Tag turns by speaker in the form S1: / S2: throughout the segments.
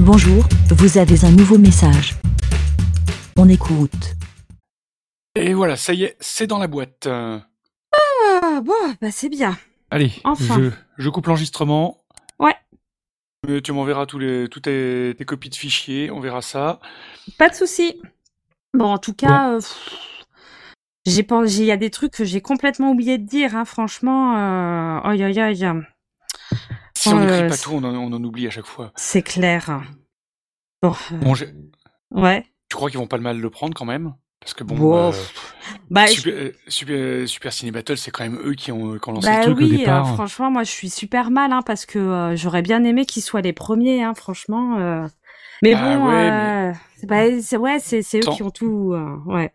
S1: Bonjour, vous avez un nouveau message. On écoute.
S2: Et voilà, ça y est, c'est dans la boîte. Euh,
S3: Ah, bon, bah c'est bien.
S2: allez,
S3: Enfin.
S2: je, je coupe l'enregistrement.
S3: Ouais.
S2: Euh, tu m'enverras tous les, toutes tes, tes copies de fichiers, on verra ça.
S3: Pas de souci. Bon, en tout cas, euh, pff, j'ai pas- j'ai- il y a des trucs que j'ai complètement oublié de dire, hein, franchement. Euh... Aïe, aïe, aïe.
S2: Si on
S3: Euh,
S2: n'écrit pas
S3: c'est-
S2: tout, on en, on en oublie à chaque fois.
S3: C'est clair. Bon, euh,
S2: Bon, j'ai-
S3: ouais.
S2: tu crois qu'ils vont pas mal le prendre quand même Parce que bon,
S3: Bon,
S2: euh,
S3: pff, bah, je-
S2: Super, euh, Super, Super Ciné Battle, c'est quand même eux qui ont, qui ont lancé
S3: bah
S2: le truc.
S3: oui,
S4: au
S3: euh,
S4: départ.
S3: franchement, moi je suis super mal hein, parce que euh, j'aurais bien aimé qu'ils soient les premiers, hein, franchement. euh. Mais
S2: Ah
S3: bon,
S2: ouais,
S3: euh, c'est- bah, c'est ouais, c'est c'est eux
S2: Tant-
S3: qui ont tout. euh, ouais.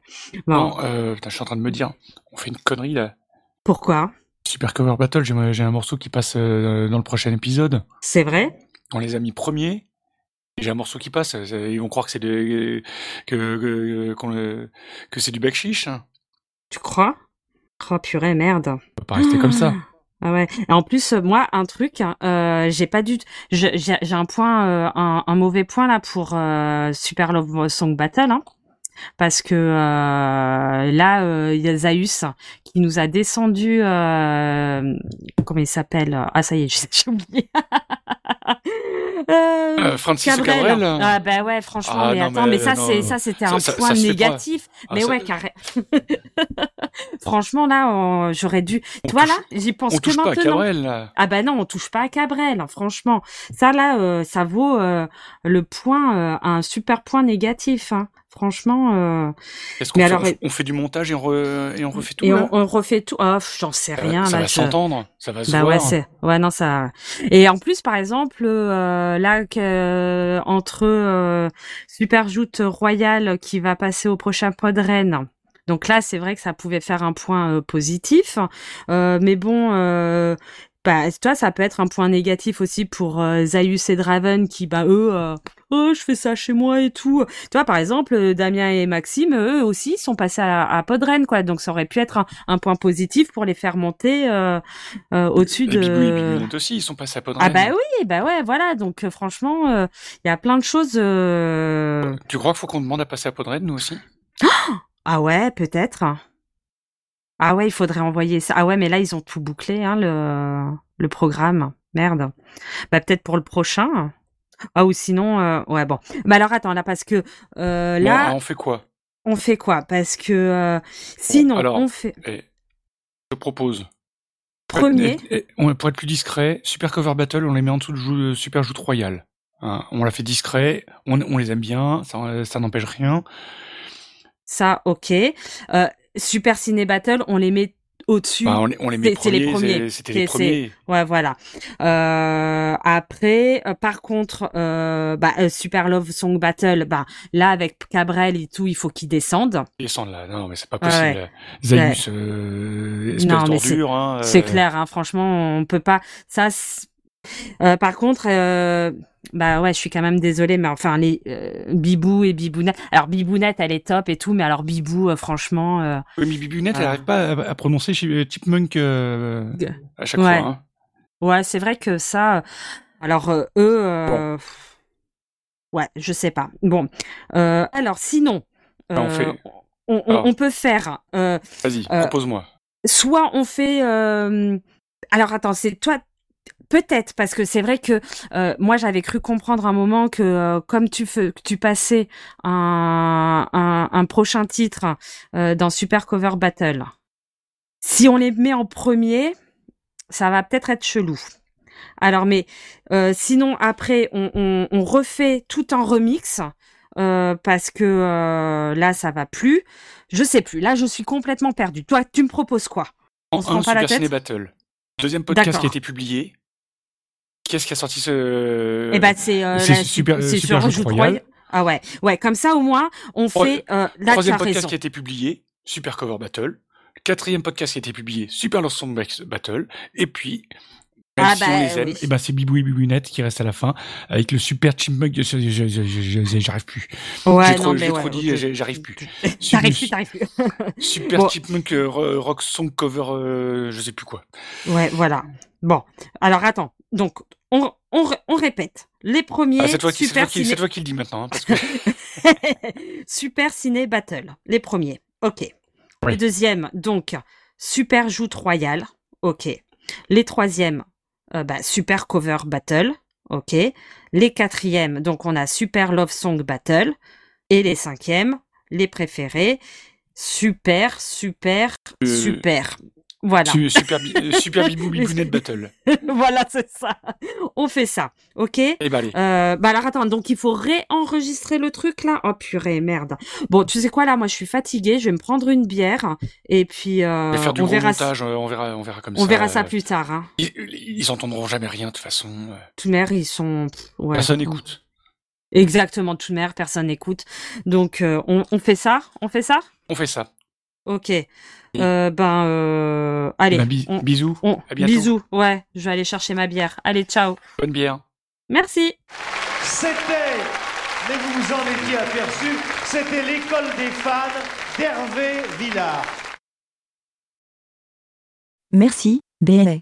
S3: Bon,
S2: Non, euh, putain, je suis en train de me dire, on fait une connerie là.
S3: pourquoi
S2: Super Cover Battle, j'ai j'ai un morceau qui passe euh, dans le prochain épisode.
S3: C'est vrai
S2: On les a mis premiers. et J'ai un morceau qui passe, euh, ils vont croire que c'est des- que, que, qu'on le- que c'est du bac chiche. hein.
S3: Tu crois Oh purée, merde.
S4: On peut pas rester comme ça.
S3: Ah ouais. Et en plus, euh, moi, un truc, hein, euh, j'ai pas du, t- je- j'ai j'ai un point, euh, un, un mauvais point là pour euh, Super Love Song Battle, hein, parce que euh, là, euh, il y a Zaius qui nous a descendu, euh, comment il s'appelle Ah ça y est, j'ai j'ai oublié. Euh,
S2: Euh, Francis Cabrel,
S3: Ah bah ouais, franchement,
S2: Ah
S3: mais
S2: non,
S3: attends,
S2: mais
S3: mais, ça
S2: non.
S3: c'est ça c'était
S2: Ça-
S3: un
S2: ça- ça
S3: point
S2: se fait pas.
S3: négatif.
S2: Ah,
S3: mais
S2: ça-
S3: ouais, carré. franchement là, on- j'aurais dû.
S2: on
S3: Tu vois
S2: touche-
S3: là, j'y pense
S2: on
S3: que
S2: touche pas à
S3: maintenant.
S2: Cabrel. là.
S3: Ah bah non, on touche pas à Cabrel, hein, franchement. Ça là, euh, ça vaut euh, le point, euh, un super point négatif. hein. Franchement, euh,
S2: Est-ce qu'on
S3: Mais
S2: fait,
S3: alors-
S2: on fait du montage et on, re- et on refait tout
S3: et
S2: là
S3: on, on refait tout. Ah, pff, j'en sais
S2: Ça-
S3: rien
S2: Ça
S3: là.
S2: va
S3: je-
S2: s'entendre, ça va se
S3: Bah ouais,
S2: voir.
S3: c'est ouais non ça. Et en plus, par exemple, euh, là que- entre euh, Super Joute Royal qui va passer au prochain pod Rennes. Donc là, c'est vrai que ça pouvait faire un point euh, positif, Euh, mais bon. Euh, bah, toi, ça peut être un point négatif aussi pour euh, Zaius et Draven qui, bah, eux, euh, oh, je fais ça chez moi et tout. Toi, par exemple, euh, Damien et Maxime, eux aussi, sont passés à, à Podren, quoi. Donc, ça aurait pu être un, un point positif pour les faire monter euh, euh, au-dessus
S2: Et Bigouille et
S3: de.
S2: Bigouillette aussi, ils sont passés à Podren.
S3: Ah bah oui, bah ouais, voilà. Donc euh, franchement, euh, il y a plein de choses. euh,
S2: Tu crois qu'il faut qu'on demande à passer à Podren, nous aussi
S3: Ah ouais, peut-être. Ah ouais, il faudrait envoyer ça. Ah ouais, mais là ils ont tout bouclé, hein, le le programme. Merde. Bah peut-être pour le prochain. Ah ou sinon, euh, ouais bon. Bah alors attends là parce que euh,
S2: Bon,
S3: là
S2: ah, on fait quoi
S3: on fait quoi Parce que euh, sinon
S2: alors,
S3: on fait
S2: Eh, Je propose.
S3: premier.
S2: Eh, eh, on- pour être plus discret, Super Cover Battle, on les met en dessous de jou- de Super Joute Royale. Hein, on la fait discret, on, on les aime bien, ça, ça n'empêche rien.
S3: Ça, ok. Euh, Super Ciné Battle, on les met au-dessus.
S2: Bah, on, les- on les met
S3: C'est- c'est les premiers.
S2: c'est- C'était les
S3: C'est- c'est-
S2: premiers.
S3: Ouais, voilà. Euh, après, euh, par contre, euh, bah, euh, Super Love Song Battle, bah, là, avec Cabrel et tout, il faut qu'ils descendent.
S2: Ils descendent là, non mais c'est pas
S3: Ouais,
S2: possible.
S3: ouais.
S2: Zaius, euh, espèce
S3: Non, mais
S2: d'ordure. hein, euh,
S3: C'est clair, hein, franchement, on peut pas. Ça, c'est- Euh, par contre, euh, bah ouais, je suis quand même désolée, mais enfin les euh, Bibou et Bibounette. Alors Bibounette, elle est top et tout, mais alors Bibou, euh, franchement, euh,
S2: oui, mais Bibunette, elle
S3: Ah.
S2: n'arrive pas à, à prononcer chi- Chipmunk euh,
S3: G-
S2: à chaque
S3: Ouais.
S2: fois. hein.
S3: ouais, c'est vrai que ça. euh, Alors euh, eux, euh, ouais, je sais pas. Bon, Euh, alors sinon,
S2: Bah, on
S3: euh,
S2: fait-
S3: on, on-
S2: alors.
S3: on peut faire. euh,
S2: Vas-y,
S3: Euh,
S2: propose-moi.
S3: soit on fait. euh, alors attends, c'est toi. Peut-être parce que c'est vrai que euh, moi j'avais cru comprendre un moment que euh, comme tu fais, que tu passais un, un, un prochain titre euh, dans Super Cover Battle, si on les met en premier, ça va peut-être être chelou. Alors mais euh, sinon après on, on, on refait tout en remix euh, parce que euh, là ça va plus. Je sais plus. Là, je suis complètement perdue. Toi, tu me proposes quoi
S2: En
S3: on se
S2: un,
S3: prend pas la
S2: Super
S3: tête
S2: Ciné Battle. Deuxième podcast
S3: D'accord.
S2: qui a été publié. Qu'est-ce qui a sorti ce.
S3: Eh ben, c'est euh,
S4: c'est
S3: la-
S4: super-
S3: c'est
S4: super
S3: sur
S4: jeu
S3: Joue de
S4: Royal.
S3: Royal. Ah ouais, ouais. Comme ça, au moins, on
S2: Tro-
S3: fait. Euh, là, tu
S2: Troisième
S3: as
S2: podcast
S3: raison.
S2: qui a été publié, Super Cover Battle. Quatrième podcast qui a été publié, Super Love Song Ba- Battle. Et puis, même
S3: Ah
S2: si
S3: bah,
S2: on les aime,
S3: oui.
S2: eh
S4: Et
S2: ben,
S4: ben c'est Bibou et Bibounette qui reste à la fin avec le super chipmunk. de- je- je- je- je- je- J'arrive plus.
S2: j'ai
S3: Ouais,
S2: trop,
S3: non,
S2: j'ai
S3: mais
S2: trop
S3: ouais.
S2: dit,
S3: ok.
S2: j'ai- j'arrive plus.
S3: T'arrives plus, t'arrives plus.
S2: Super
S3: Bon.
S2: Chipmunk euh, ro- Rock Song Cover, euh, je sais plus quoi.
S3: Ouais, voilà. Bon, alors attends. Donc, on, on, ré- on répète. les premiers
S2: Ah, c'est toi qui, c'est toi
S3: super,
S2: qui,
S3: ciné...
S2: c'est toi qui le dis maintenant, hein, parce que
S3: super ciné battle. Les premiers. Ok.
S2: Oui.
S3: Les deuxièmes, donc super joute royale. Ok. Les troisièmes, euh, bah, super cover battle. Ok. Les quatrièmes, donc on a super love song battle. Et les cinquièmes, les préférés, super, super,
S2: Euh,
S3: super. Voilà.
S2: Su- super, bi- euh, super bibou bibounette battle.
S3: voilà, c'est ça. On fait ça. Ok.
S2: Et bah allez.
S3: Euh, bah alors attends, donc il faut réenregistrer le truc là. Oh purée, merde. Bon, tu sais quoi là, moi je suis fatiguée, je vais me prendre une bière et puis euh,
S2: on va faire du
S3: on
S2: gros
S3: verra ça.
S2: montage, euh, on verra, on verra comme ça.
S3: On verra
S2: euh,
S3: ça plus tard. Hein.
S2: Ils, ils entendront jamais rien de toute façon. euh,
S3: Toumer, ils sont. pff, ouais.
S2: Personne n'écoute.
S3: Exactement, Toumer, personne n'écoute. Donc euh, on, on fait ça, on fait ça.
S2: On fait ça.
S3: Ok. Euh, ben euh, allez.
S2: Bah, bi-
S3: on-
S2: Bisous.
S3: on-
S2: à bientôt.
S3: bisous. Ouais, je vais aller chercher ma bière. Allez, ciao.
S2: Bonne bière.
S3: Merci.
S5: C'était, mais vous vous en étiez aperçu, c'était l'école des fans d'Hervé Villard.
S1: Merci, BLA.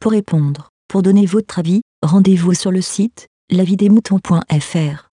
S1: Pour répondre, pour donner votre avis, rendez-vous sur le site lavidemouton.fr.